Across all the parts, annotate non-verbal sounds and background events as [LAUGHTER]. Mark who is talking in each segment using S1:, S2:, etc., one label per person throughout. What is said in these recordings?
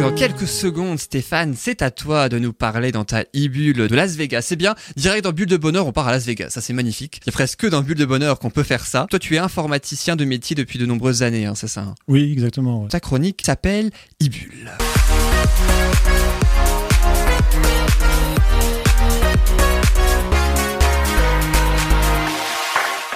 S1: Dans quelques secondes, Stéphane, c'est à toi de nous parler dans ta e-bulle de Las Vegas. C'est bien, direct dans Bulle de Bonheur, on part à Las Vegas. Ça, c'est magnifique. C'est presque que dans Bulle de Bonheur qu'on peut faire ça. Toi, tu es informaticien de métier depuis de nombreuses années, hein, c'est ça hein
S2: Oui, exactement. ouais.
S1: Ta chronique s'appelle e-bulle.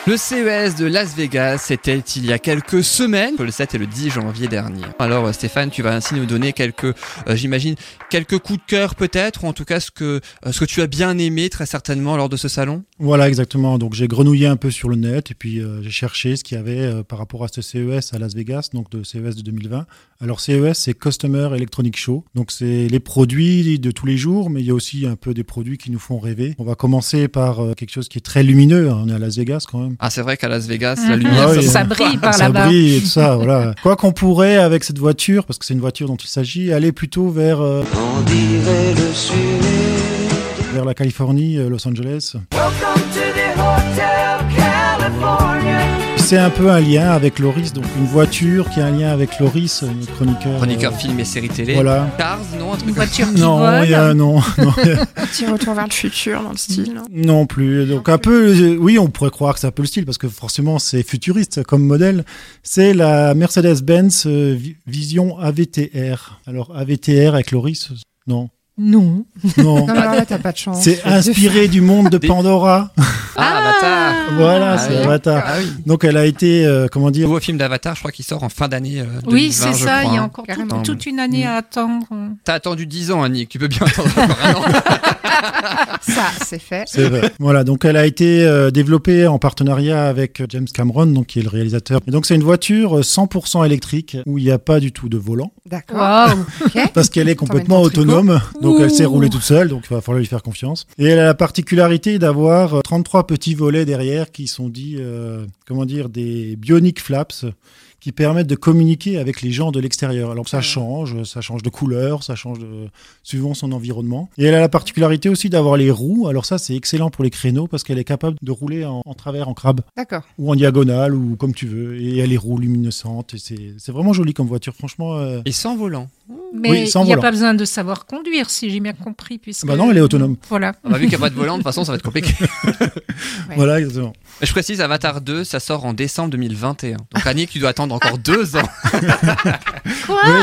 S1: Le CES de Las Vegas, c'était il y a quelques semaines, le 7 et le 10 janvier dernier. Alors euh, Stéphane, tu vas ainsi nous donner quelques, euh, j'imagine, quelques coups de cœur peut-être, ou en tout cas ce que, euh, ce que tu as bien aimé très certainement lors de ce salon.
S2: Voilà, exactement. Donc j'ai grenouillé un peu sur le net et puis euh, j'ai cherché ce qu'il y avait euh, par rapport à ce CES à Las Vegas, donc de CES de 2020. Alors CES, c'est Customer Electronic Show. Donc c'est les produits de tous les jours, mais il y a aussi un peu des produits qui nous font rêver. On va commencer par euh, quelque chose qui est très lumineux. hein. On est à Las Vegas quand même.
S1: Ah c'est vrai qu'à Las Vegas,
S3: Mhm.
S1: la lumière,
S2: Ah oui.
S1: ça-
S3: Ça brille par
S2: ça
S3: là-bas.
S2: brille et tout ça, voilà. Quoi qu'on pourrait avec cette voiture, parce que c'est une voiture dont il s'agit, aller plutôt vers, euh,
S4: On dirait le sud.
S2: vers la Californie, euh, Los Angeles.
S5: Welcome to the Hotel California.
S2: C'est un peu un lien avec Loris, donc une voiture qui a un lien avec Loris, euh, notre chroniqueur.
S1: chroniqueur
S2: euh,
S1: film et série télé.
S2: Voilà.
S1: Cars, non un
S3: Une
S1: truc comme-
S3: voiture qui
S2: Non,
S3: vole.
S2: il y a, non,
S6: Un petit retour vers le futur dans le style.
S2: [LAUGHS]
S6: hein.
S2: non plus. Donc un peu, euh, oui, on pourrait croire que c'est un peu le style parce que forcément c'est futuriste comme modèle. C'est la Mercedes-Benz euh, Vi- Vision AVTR. Alors AVTR avec Loris, euh, non,
S3: Non.
S2: non.
S6: Non, mais alors là, t'as pas de chance.
S2: C'est inspiré du monde de Pandora.
S1: Ah, Avatar
S2: voilà,
S1: Ah
S2: c'est
S1: oui.
S2: Avatar.
S1: Ah oui.
S2: Donc elle a été, euh, comment dire,
S1: Nouveau film d'Avatar, je crois qu'il sort en fin d'année euh, 2020,
S3: Oui, c'est
S1: je
S3: ça.
S1: crois,
S3: Il y a
S1: hein.
S3: encore tout-
S1: Carrément.
S3: toute une année à attendre.
S1: T'as attendu 10 ans, hein, Nick, tu peux bien attendre encore un an.
S6: Ça, c'est fait.
S2: C'est vrai. voilà, donc elle a été euh, développée en partenariat avec euh, James Cameron, donc qui est le réalisateur. Et donc c'est une voiture euh, 100% électrique où il n'y a pas du tout de volant
S6: D'accord.
S3: Waouh.
S2: parce qu'elle est complètement
S6: T'emmènes ton
S2: autonome. Donc elle s'est
S3: Ouh.
S2: roulée toute seule, donc il va falloir lui faire confiance. Et elle a la particularité d'avoir euh, 33 petits volets derrière qui sont dits, euh, comment dire, des bionic flaps qui permettent de communiquer avec les gens de l'extérieur. Alors
S6: Ah.
S2: ça change, ça change de couleur, ça change de, suivant son environnement. Et elle a la particularité aussi d'avoir les roues. Alors ça, c'est excellent pour les créneaux parce qu'elle est capable de rouler en, en travers, en crabe,
S6: D'accord.
S2: ou en diagonale, ou comme tu veux. Et elle est roue luminescente. Et c'est c'est vraiment joli comme voiture, franchement. euh,
S1: Et sans volant.
S3: Mais
S2: sans
S3: il n'y a
S2: volant.
S3: pas besoin de savoir conduire, si j'ai bien compris. Puisque...
S2: Bah non, elle est autonome.
S3: Voilà.
S1: On a vu qu'il n'y a pas de volant, de toute façon, ça va être compliqué.
S6: Ouais.
S2: Voilà, exactement.
S1: Je précise, Avatar 2, ça sort en décembre 2021. Donc, Annick, tu dois attendre encore deux ans.
S2: Oui,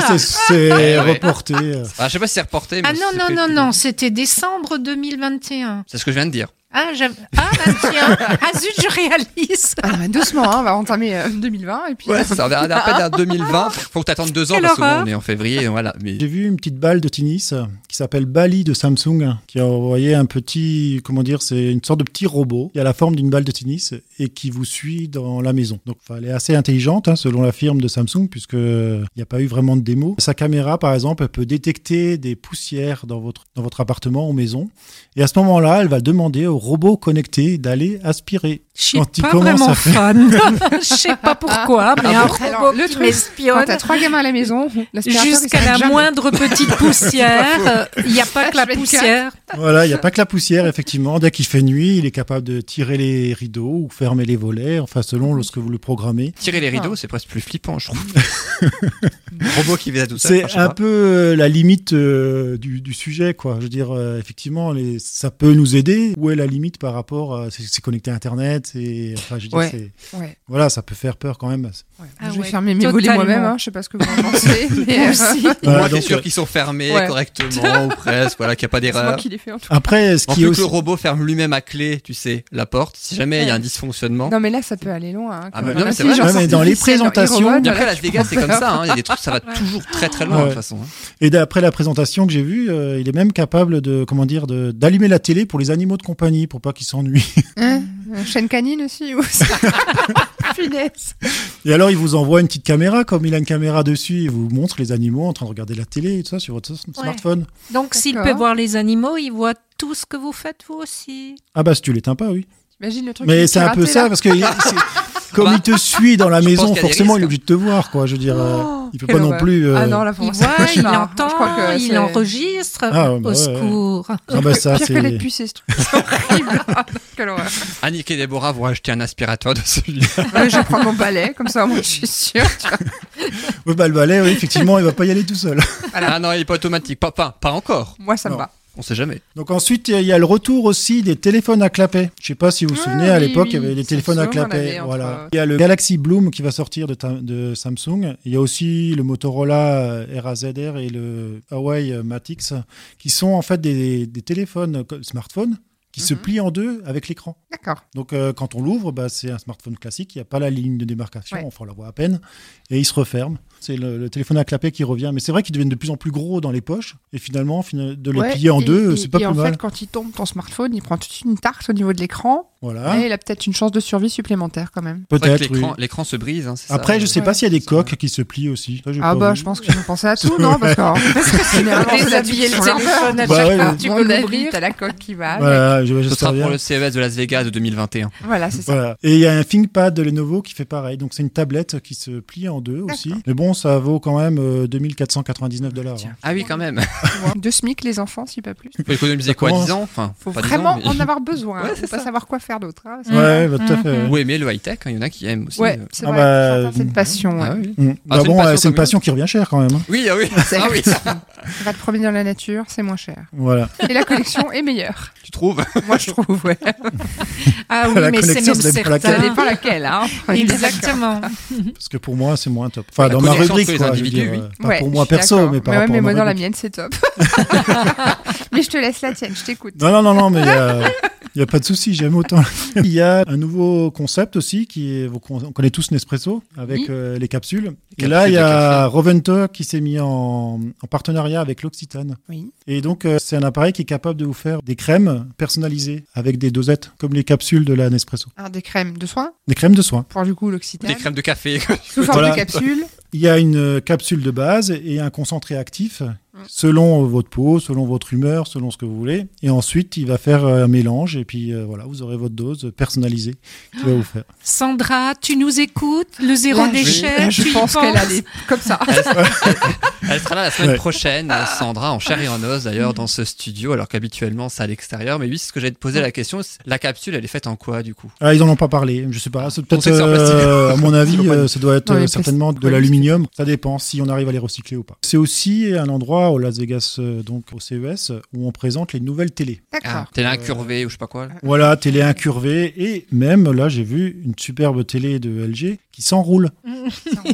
S2: c'est- c'est
S1: Ouais, ouais.
S2: reporté. euh.
S1: Ah, je sais pas si c'est reporté, mais.
S3: Ah non,
S1: c'est
S3: non,
S1: que-
S3: non, non, c'était décembre 2021.
S1: C'est ce que je viens de dire.
S3: Ah, j'avais-
S2: [LAUGHS]
S3: ah bah tiens, ah zut, je réalise.
S6: Ah, non, mais doucement, hein, on va entamer euh, 2020 et puis.
S1: Ouais, ça. On verra après vers 2020. Faut que t'attendes deux ans
S3: Ah. Quelle
S1: parce que bon,
S3: horreur.
S1: on est en février, voilà. Mais
S2: J'ai vu une petite balle de tennis euh, qui s'appelle Bali de Samsung, hein, qui a envoyé un petit, comment dire, c'est une sorte de petit robot qui a la forme d'une balle de tennis et qui vous suit dans la maison. Donc, enfin, elle est assez intelligente, hein, selon la firme de Samsung, puisque euh, il n'y a pas eu vraiment de démo. Sa caméra, par exemple, elle peut détecter des poussières dans votre, dans votre appartement ou maison. Et à ce moment-là, elle va demander au robot connecté d'aller aspirer.
S3: Je suis
S2: Quand il
S3: pas
S2: commence
S3: vraiment
S2: à faire-
S3: fan. [LAUGHS] Je sais pas pourquoi, mais
S6: Ah
S3: un
S6: bon Alors,
S3: robot
S6: le
S3: qui
S6: truc,
S3: m'espionne
S6: Quand t'as trois gamins à la maison, l'aspirateur, il
S3: jusqu'à
S6: s'arrête
S3: la
S6: jamais.
S3: moindre
S6: [LAUGHS]
S3: petite poussière. euh, Il n'y a pas que la
S6: H24.
S3: poussière.
S2: Voilà, il n'y a pas que la poussière, effectivement. Dès qu'il fait nuit, il est capable de tirer les rideaux ou fermer les volets, enfin, selon lorsque vous le programmez.
S1: tirer les rideaux, c'est presque plus flippant, je trouve. [LAUGHS] Robot qui vient à tout ça.
S2: C'est un peu euh, la limite euh, du, du sujet, quoi. Je veux dire, euh, effectivement, les- ça peut nous aider. Où est la limite par rapport à c'est c'est connecté à Internet et enfin, je veux dire,
S6: Ouais.
S2: c'est-
S6: Ouais.
S2: voilà, ça peut faire peur quand même.
S6: Ouais.
S3: Ah
S6: je vais
S3: ouais,
S6: fermer mes volets
S3: totalement.
S6: moi-même, hein, je sais pas ce que vous
S3: [LAUGHS]
S6: en pensez. mais, euh, [LAUGHS]
S1: Au moins,
S2: Voilà,
S1: t'es
S2: donc,
S1: sûr
S2: euh,
S1: qu'ils sont fermés
S6: Ouais.
S1: correctement ou presque, voilà, qu'il n'y a pas
S6: c'est moi
S1: d'erreur.
S6: qui l'ai fait en tout
S2: Après, ce
S1: En
S2: qui est
S1: plus que
S2: aussi
S1: le robot ferme lui-même à clé, tu sais, la porte, si jamais il y a un dysfonctionnement.
S6: cas. Non, mais là, ça peut aller loin. Hein,
S1: Ah,
S6: quand
S1: mais
S6: on
S1: non,
S6: a
S1: mais c'est
S6: l'intelligence
S2: vrai. Ouais, mais dans les
S6: artificielle, dans
S2: présentations,
S6: Hero One,
S1: Mais après,
S6: là,
S1: Las Vegas, c'est comme ça. hein. Il y a des trucs,
S6: [LAUGHS]
S1: ça va
S3: Ouais.
S1: toujours très très loin de toute
S2: Ouais.
S1: façon. hein.
S2: Et d'après la présentation que j'ai vue, euh, il est même capable de comment dire de- d'allumer la télé pour les animaux de compagnie pour pas qu'ils s'ennuient.
S6: Hein Euh, chaîne canine aussi ou
S3: [LAUGHS]
S6: ça Finesse.
S2: Et alors il vous envoie une petite caméra comme il a une caméra dessus, il vous montre les animaux en train de regarder la télé et tout ça sur votre s- smartphone.
S3: Donc s'il peut
S6: D'accord.
S3: voir les animaux, il voit tout ce que vous faites vous aussi.
S2: Ah bah si tu l'éteins pas, oui.
S6: T'imagines le truc
S2: Mais
S6: qui
S2: c'est un peu
S6: piraté,
S2: ça
S6: là [LAUGHS]
S2: parce que il- c'est- comme
S1: Bah,
S2: il te suit dans
S1: je
S2: la
S1: pense
S2: maison,
S1: qu'il y a des
S2: forcément
S1: risques,
S2: il
S1: hein.
S2: est obligé de te voir quoi. Je veux dire, euh, Il peut
S6: Oh, Quelle
S2: pas non
S6: horreur.
S2: plus. euh,
S6: Ah non, là, pour
S3: Il
S6: moi, c'est un
S3: voit, il
S6: cauchemar. Je crois
S3: entend,
S6: que
S3: il
S6: c'est-
S3: enregistre.
S2: Ah, bah
S3: Au
S2: ouais,
S3: secours.
S2: ah bah ça,
S6: Pire que les
S2: c'est.
S6: puces, [LAUGHS] ce truc. C'est horrible. Ah, Quelle horreur.
S1: Annick et Déborah vont acheter un aspirateur de
S6: [LAUGHS]
S1: celui-là.
S6: Ouais, je prends mon balai, comme ça, moi, je suis sûre.
S2: Oui, bah, le balai, oui, effectivement, il va pas y aller tout seul.
S1: Ah non, il est pas automatique. Pas, pas, pas encore.
S6: Moi, ça me
S2: Non.
S6: va.
S1: On sait jamais.
S2: Donc ensuite, il y a le retour aussi des téléphones à clapet. Je sais pas si vous vous
S6: Ah,
S2: souvenez, à
S6: oui,
S2: l'époque,
S6: oui.
S2: il y avait des
S6: Samsung,
S2: téléphones à
S6: on
S2: clapet.
S6: avait entre-
S2: Voilà. Il y a le Galaxy Bloom qui va sortir de, ta- de Samsung. Il y a aussi le Motorola euh, RAZR et le Huawei euh, Matix, qui sont en fait des, des téléphones euh, co- smartphones qui se
S6: Mhm.
S2: plient en deux avec l'écran.
S6: D'accord.
S2: Donc euh, quand on l'ouvre, bah, c'est un smartphone classique, il n'y a pas la ligne de démarcation,
S6: Ouais.
S2: enfin on la voit à peine, et il se referme. C'est le, le téléphone à clapet qui revient, mais c'est vrai qu'ils deviennent de plus en plus gros dans les poches, et finalement fina- de les
S6: Ouais,
S2: plier en
S6: et-
S2: deux,
S6: et-
S2: c'est pas
S6: et
S2: plus
S6: en
S2: mal.
S6: fait, quand il tombe, ton smartphone, il prend tout de suite une tarte au niveau de l'écran.
S2: Voilà,
S6: Et il a peut-être une chance de survie supplémentaire, quand même.
S1: C'est vrai que
S2: peut-être. oui.
S1: l'écran- L'écran se brise. hein, c'est
S2: Après,
S1: ça,
S2: je
S1: euh,
S2: sais
S6: ouais,
S2: pas s'il y a des
S1: c'est
S2: coques qui se plient aussi. Ça, j'ai
S6: Ah
S2: pas
S6: bah,
S2: vu.
S6: je pense qu'ils ont pensé à
S2: [LAUGHS]
S6: tout, non Parce que hein, parce que généralement, c'est la
S3: Déshabiller le
S6: petite fleur.
S3: téléphone à
S2: Bah
S3: chaque
S2: ouais,
S3: fois
S2: ouais.
S3: que tu
S6: Bon,
S3: veux
S6: l'ouvre,
S3: l'ouvrir.
S6: T'as la coque qui va. avec.
S2: Voilà, je-
S1: Ah Ce
S2: j'espère
S1: sera
S2: bien.
S1: pour le CES de Las Vegas de 2021.
S6: Voilà, c'est ça.
S2: Voilà. Et il y a un ThinkPad de Lenovo qui fait pareil. Donc c'est une tablette qui se plie en deux aussi. Mais bon, ça vaut quand même euh, 2499 dollars. hein.
S6: Tiens.
S1: Ah oui, quand même. [LAUGHS]
S6: Deux SMIC, les enfants, si pas plus.
S1: Faut économiser quoi
S2: commence.
S1: 10 ans Enfin,
S6: Faut
S1: pas 10 ans,
S6: vraiment
S1: mais-
S6: en avoir besoin.
S1: Ouais,
S6: hein.
S1: c'est
S6: Faut pas
S1: ça.
S6: savoir quoi faire d'autre. hein. C'est-
S2: Ouais, bah, tout à fait.
S1: [LAUGHS]
S6: Mm-hmm.
S1: Ou aimer le high-tech, hein, il y en a qui aiment aussi.
S6: Ouais,
S1: euh.
S6: c'est
S2: Ah
S6: vrai.
S2: bah,
S6: Certains, c'est une passion.
S1: Ah
S6: ouais.
S1: oui.
S2: Mm.
S1: Ah,
S2: Bah
S1: c'est une
S2: bon,
S1: passion
S2: euh, c'est une
S1: comme une
S2: passion qui revient cher quand même. hein.
S1: Oui, ah
S6: [LAUGHS]
S1: oui. Ah oui.
S6: On hein. va te promener dans la nature, c'est moins cher.
S2: Voilà.
S6: Et la collection est meilleure.
S1: Tu trouves
S6: [LAUGHS] Moi, je trouve, ouais.
S3: Ah oui,
S2: La
S3: mais c'est
S2: connexion,
S3: même
S2: ça dépend laquelle.
S6: Ça
S3: certain.
S6: dépend laquelle, hein.
S3: Exactement.
S2: Parce que pour moi, c'est moins top. Enfin,
S1: La
S2: dans ma
S1: connexion
S2: rubrique,
S1: entre les
S2: quoi, je veux
S1: individus,
S2: dire,
S1: oui.
S2: euh, pas
S6: Ouais,
S2: pour moi
S6: je suis
S2: perso,
S6: d'accord.
S2: mais par
S6: ouais,
S2: rapport
S6: mais
S2: à ma
S6: moi, dans la
S2: rubrique.
S6: mienne,
S2: [LAUGHS]
S6: c'est top. [LAUGHS] mais je te laisse la tienne, je t'écoute.
S2: Non, non, non, non, mais il y a- il n'y a, pas de souci, j'aime autant. Il y a un nouveau concept aussi, qui est, vous con- on connaît tous Nespresso, avec
S6: Oui.
S2: euh, les capsules.
S1: Les
S2: Et là,
S1: capsules
S2: il y
S1: de
S2: a Rovento qui s'est mis en, en partenariat avec l'Occitane.
S6: Oui.
S2: Et donc, euh, c'est un appareil qui est capable de vous faire des crèmes personnalisées avec des dosettes, comme les capsules de la Nespresso.
S6: Alors, des crèmes de soins,
S2: Des crèmes de soin.
S6: pour du
S1: [LAUGHS]
S6: coup
S1: Des
S6: l'Occitane,
S1: crèmes de café.
S6: sous forme
S2: Voilà.
S1: [LAUGHS]
S6: de capsule.
S2: Il y a une euh, capsule de base et un concentré actif selon euh, votre peau, selon votre humeur, selon ce que vous voulez. Et ensuite, il va faire euh, un mélange et puis euh, voilà, vous aurez votre dose personnalisée qu'il va vous faire.
S3: Sandra, tu nous écoutes Le zéro
S6: Là, je-
S3: déchet
S6: [LAUGHS] je,
S3: tu y
S6: pense qu'elle
S3: penses
S6: allait comme ça.
S1: Elle sera là la semaine
S2: Ouais.
S1: prochaine, euh, Sandra, en chair et en os d'ailleurs, dans ce studio, alors qu'habituellement c'est à l'extérieur. Mais oui, c'est ce que j'allais te poser la question. c'est- La capsule, elle est faite en quoi du coup
S2: Ah, ils n'en ont pas parlé, je sais pas. C'est peut-être,
S1: sait que c'est en plastique.
S2: euh, à mon
S1: C'est
S2: avis,
S1: pas
S2: euh, ça doit être
S6: Non, mais
S2: euh,
S6: plastique,
S2: certainement de
S6: oui.
S2: l'aluminium. Ça dépend si on arrive à les recycler ou pas. C'est aussi un endroit au Las Vegas, euh, donc au CES, où on présente les nouvelles télés.
S1: Ah,
S6: [LAUGHS] D'accord.
S1: T'es là incurvé ou je sais pas quoi là.
S2: Voilà, télé incurvée et même là, j'ai vu une superbe télé de LG qui s'enroule.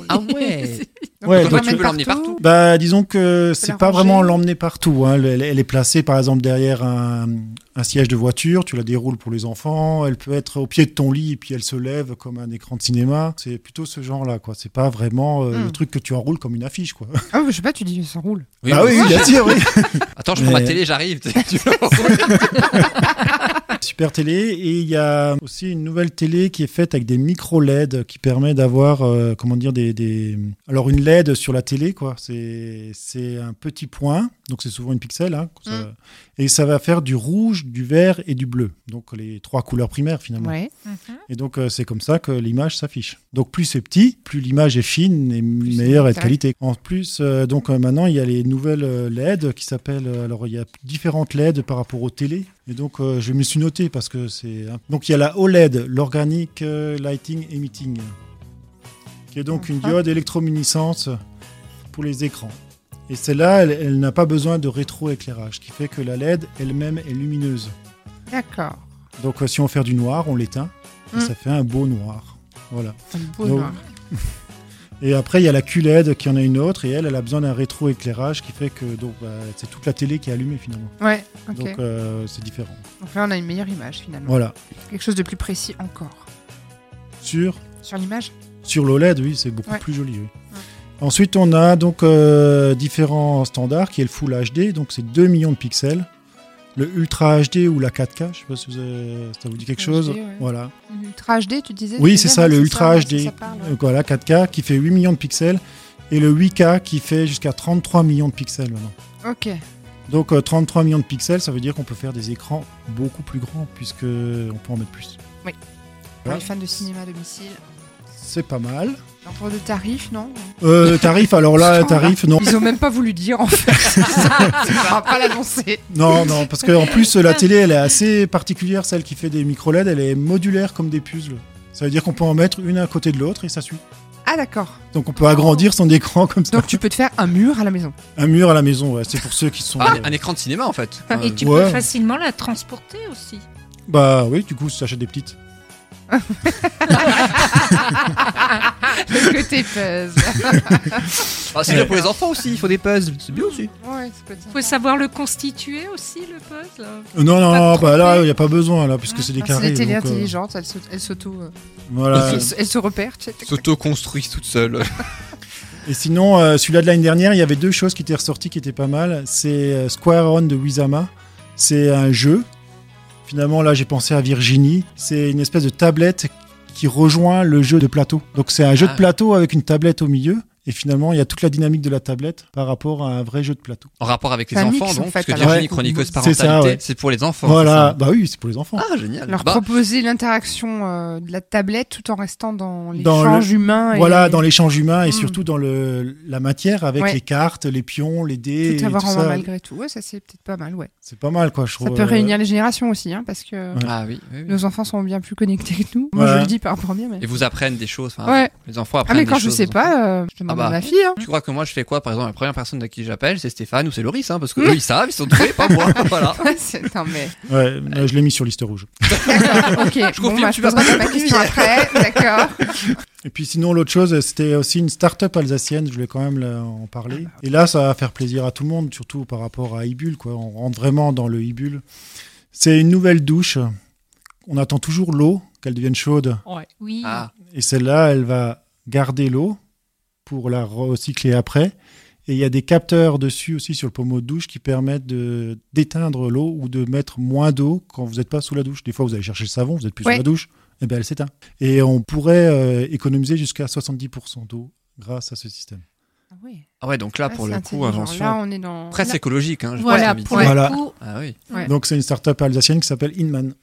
S1: Ah ouais
S6: Donc,
S2: Ouais,
S6: on
S2: donc
S6: la
S2: tu
S6: met
S1: peux l'emmener partout.
S2: Bah, disons que
S6: la
S2: c'est pas
S6: ranger.
S2: vraiment l'emmener partout. hein. Le- Elle, elle est placée, par exemple, derrière un, un siège de voiture. Tu la déroules pour les enfants. Elle peut être au pied de ton lit et puis elle se lève comme un écran de cinéma. C'est plutôt ce genre-là, quoi. C'est pas vraiment euh,
S6: Hmm.
S2: le truc que tu enroules comme une affiche, quoi.
S6: Ah, je sais pas, tu dis, ça roule.
S1: [LAUGHS] Oui,
S2: [LAUGHS] ah oui,
S1: oui.
S2: bien sûr, oui.
S1: Attends, je prends ma
S2: Mais-
S1: télé,
S2: [LAUGHS]
S1: j'arrive.
S2: Super télé. Et il y a aussi une nouvelle télé qui est faite avec des micro LED qui permet d'avoir, euh, comment dire, des, des- Alors, une LED sur la télé, quoi. C'est c'est un petit point. Donc, c'est souvent une pixel. hein, ça- Et ça va faire du rouge, du vert et du bleu. Donc, les trois couleurs primaires, finalement.
S6: Ouais.
S3: Mhm.
S2: Et donc, euh, c'est comme ça que l'image s'affiche. Donc, plus c'est petit, plus l'image est fine et meilleure est de
S6: c'est
S2: qualité. En plus, euh, donc euh, maintenant, il y a les nouvelles euh, LED qui s'appellent. euh, alors, il y a différentes LED par rapport aux télé. Et donc, euh, je me suis noté parce que c'est. hein. Donc, il y a la OLED, l'Organic euh, Lighting Emitting, qui est donc une
S6: Enfin.
S2: diode électrominiscence pour les écrans. Et celle-là, elle, elle n'a pas besoin de rétroéclairage, ce qui fait que la LED elle-même est lumineuse.
S6: D'accord.
S2: Donc euh, si on fait du noir, on l'éteint et
S6: Mm.
S2: ça fait un beau noir. Voilà.
S6: Un beau
S2: Donc,
S6: noir.
S2: Et après, il y a la QLED qui en a une autre et elle, elle a besoin d'un rétroéclairage qui fait que donc bah, c'est toute la télé qui est allumée finalement.
S6: Ouais, ok.
S2: Donc euh, c'est différent.
S6: Donc là, on a une meilleure image finalement.
S2: Voilà.
S6: Quelque chose de plus précis encore.
S2: Sur
S6: Sur l'image
S2: sur l'OLED, oui, c'est beaucoup
S6: Ouais.
S2: plus joli. oui. Ensuite, on a donc euh, différents standards qui est le Full HD, donc c'est 2 millions de pixels. Le Ultra HD ou la 4K, je sais pas si vous avez- ça vous dit quelque
S6: HD,
S2: chose.
S6: ouais.
S2: Voilà.
S6: Ultra HD, tu disais
S2: Oui,
S6: tu
S2: c'est
S6: disais,
S2: ça,
S6: ouais,
S2: le Ultra
S6: ouais,
S2: HD.
S6: ça parle, ouais.
S2: Donc voilà, 4K qui fait 8 millions de pixels et le 8K qui fait jusqu'à 33 millions de pixels maintenant.
S6: Ok.
S2: Donc euh, 33 millions de pixels, ça veut dire qu'on peut faire des écrans beaucoup plus grands puisque on peut en mettre plus.
S6: Pour
S2: Voilà.
S6: les fans de cinéma à domicile,
S2: c'est pas mal.
S6: Un pour de tarif, non
S2: Euh, tarif, alors là, tarif, non.
S6: Ils ont même pas voulu dire en [LAUGHS] fait. On va pas l'annoncer.
S2: Non, non, parce qu'en plus, la télé, elle est assez particulière, celle qui fait des micro-LED, elle est modulaire comme des puzzles. Ça veut dire qu'on peut en mettre une à côté de l'autre et ça suit.
S6: Ah d'accord.
S2: Donc on peut agrandir son écran comme ça.
S6: Donc tu peux te faire un mur à la maison.
S2: Un mur à la maison, ouais, c'est pour ceux qui sont.
S1: Un,
S2: euh,
S1: un écran de cinéma en fait.
S6: Ah,
S3: Et tu
S2: Ouais.
S3: peux facilement la transporter aussi.
S2: Bah oui, du coup, si t'achètes des petites.
S6: Le côté [LAUGHS] puzzle.
S1: Ah, c'est bien pour les enfants aussi, il faut des puzzles, c'est bien aussi.
S6: Ouais, c'est peut-être ça.
S3: Il faut savoir le constituer aussi, le puzzle.
S2: Euh, non, non,
S3: Pas
S2: non,
S3: trop
S2: bah là, il
S3: près.
S2: n'y a pas besoin, là, puisque c'est des
S6: Ah, C'est
S2: carrés.
S6: des télé
S2: donc, euh, Bah,
S6: intelligentes, elles se- elles s'auto. euh,
S2: voilà.
S6: elles se- Elles se repèrent. tu sais, tac, tac.
S1: S'auto-construit toute seule.
S2: Et sinon, euh, celui-là de l'année dernière, il y avait deux choses qui étaient ressorties qui étaient pas mal. C'est euh, Square On de Wizama. C'est un jeu. Finalement, là, j'ai pensé à Virginie. C'est une espèce de tablette qui rejoint le jeu de plateau. Donc, c'est un jeu
S1: Ah.
S2: de plateau avec une tablette au milieu. Et finalement, il y a toute la dynamique de la tablette par rapport à un vrai jeu de plateau.
S1: En rapport avec les
S6: Ça
S1: enfants,
S6: mixe, en
S1: donc,
S6: fait,
S1: parce que
S6: alors.
S1: Virginie
S2: Ouais.
S1: chroniqueuse
S2: C'est
S1: parentalité,
S2: ça, ouais.
S1: c'est pour les enfants.
S2: voilà, bah oui, c'est pour les
S1: c'est
S2: enfants.
S1: ça Ah, génial.
S6: Leur
S1: Bah,
S6: proposer l'interaction euh, de la tablette tout en restant dans
S2: Dans
S6: l'échange humain.
S2: Voilà,
S6: et...
S2: dans l'échange humain et
S6: Mm.
S2: surtout dans le, la matière avec
S6: Ouais.
S2: les cartes, les pions, les dés. et
S6: Tout avoir
S2: tout
S6: en main
S2: ça.
S6: malgré tout. Ouais, ça c'est peut-être pas mal, ouais.
S2: C'est pas mal, quoi, je
S6: Ça
S2: trouve.
S6: peut
S2: Euh,
S6: réunir les générations aussi, hein, parce que
S2: Ouais.
S1: Ah oui. oui, oui.
S6: nos enfants sont bien plus connectés que nous. Moi,
S2: Voilà.
S6: je le dis par premier, mais.
S1: Et vous apprennent des choses. enfin,
S6: Ouais.
S1: Les enfants
S6: Ah,
S1: apprennent
S6: mais
S1: des
S6: quand je
S1: choses
S6: sais
S1: aux
S6: pas, euh, je demande
S1: Ah bah.
S6: à ma fille. hein. [LAUGHS]
S1: Tu crois que moi je fais quoi Par exemple, la première personne à qui j'appelle, c'est Stéphane ou c'est Loris, hein, parce
S6: Hmm.
S1: que eux ils savent, ils sont doués, pas
S6: [LAUGHS]
S1: moi. Voilà.
S6: C'est- non, mais.
S2: Ouais, mais je l'ai mis sur liste rouge.
S1: [LAUGHS]
S6: D'accord, ok. Je
S1: confirme,
S6: bon, bah,
S1: tu
S6: je
S1: vas pas
S6: poserai ma
S1: continuer.
S6: question
S1: [LAUGHS]
S6: après, d'accord.
S2: Et puis sinon, l'autre chose, c'était aussi une start-up alsacienne, je voulais quand même là, en
S6: Ah,
S2: parler.
S6: bah.
S2: Et là, ça va faire plaisir à tout le monde, surtout par rapport à Ibul, quoi. On rentre vraiment dans le Ibul. C'est une nouvelle douche. On attend toujours l'eau, qu'elle devienne chaude.
S3: Oui.
S1: Ah,
S2: Et celle-là, elle va garder l'eau pour la recycler après. Et il y a des capteurs dessus aussi sur le pommeau de douche qui permettent de d'éteindre l'eau ou de mettre moins d'eau quand vous n'êtes pas sous la douche. Des fois, vous allez chercher le savon, vous n'êtes plus
S6: Ouais.
S2: sous la douche, et bien elle s'éteint. Et on pourrait euh, économiser jusqu'à 70% d'eau grâce à ce système.
S6: Ah oui.
S1: ah ouais, donc là
S6: Ah,
S1: pour
S6: c'est
S1: le coup,
S6: intelligent.
S1: invention
S6: Là, on est dans.
S1: presque écologique. Hein, j'ai pas
S3: Voilà,
S1: envie de
S3: pour
S1: dire.
S2: Voilà.
S3: le coup,
S1: Ah oui.
S6: Ouais.
S2: Donc, c'est une start-up alsacienne qui s'appelle Inman.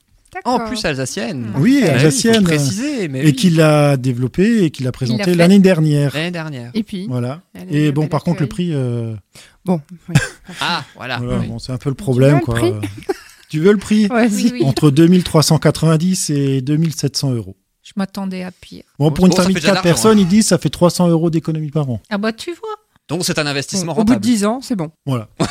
S1: En
S6: D'accord.
S1: plus alsacienne.
S2: Oui,
S1: Ah
S2: alsacienne.
S1: faut le préciser, mais
S2: Et
S1: oui.
S2: qui l'a développée et qui l'a présentée
S6: fait.
S2: l'année dernière.
S1: l'année dernière.
S6: Et puis.
S2: Voilà.
S6: elle a eu
S2: Et
S6: le
S2: bon,
S6: bel
S2: par contre, le
S6: accueil.
S2: prix. euh,
S6: Bon,
S1: Ah voilà.
S2: Voilà,
S1: oui.
S2: bon, c'est un peu le problème.
S6: Tu veux
S2: quoi.
S6: le
S2: [LAUGHS] tu veux le prix
S6: vas-y.
S3: oui, oui.
S2: Entre 2390 et 2700 euros.
S3: Je m'attendais à pire.
S2: Bon,
S1: Bon,
S2: pour une
S1: ça
S2: famille
S1: fait
S2: de
S1: déjà
S2: 4
S1: de l'argent, hein.
S2: personnes, ils disent ça fait 300 euros d'économie
S1: [LAUGHS]
S2: par an.
S3: Ah bah tu vois.
S1: Donc c'est un investissement
S6: Bon, au bout de
S1: rentable.
S6: 10 ans, c'est bon.
S2: Voilà.
S6: [LAUGHS]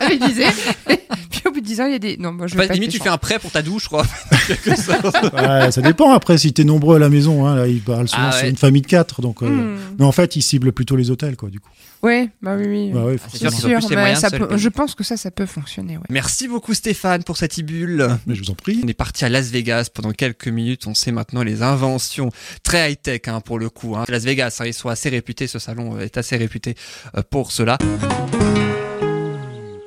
S6: T'avais disé. [LAUGHS] Puis au bout de 10 ans, il y a des. Non, moi, je vais
S1: Pas-
S6: pas.
S1: limite,
S6: être
S1: tu fais un prêt pour ta douche, je crois. Quelque chose.
S2: Ouais, ça dépend après si t'es nombreux à la maison. Hein, là, ils parlent souvent
S1: Ah ouais.
S2: c'est une famille de 4. Donc, euh,
S6: méchant. Hmm.
S2: Mais en fait, ils ciblent plutôt les hôtels. Quoi, du coup.
S6: Ouais, bah oui, oui.
S2: Bah ouais,
S1: Ah, c'est
S6: C'est
S1: sûr
S2: forcément.
S1: qu'ils ont
S6: sûr,
S1: plus les
S6: mais
S1: moyens
S6: ça
S1: de se le
S6: peut- je pense que ça, ça peut fonctionner, ouais.
S1: Merci beaucoup Stéphane pour cette ibule.
S2: Mais je vous en prie.
S1: On est parti à Las Vegas pendant quelques minutes. On sait maintenant les inventions très high-tech hein, pour le coup. hein. Las Vegas, hein, ils sont assez réputés. Ce salon euh, est assez réputé euh, pour cela.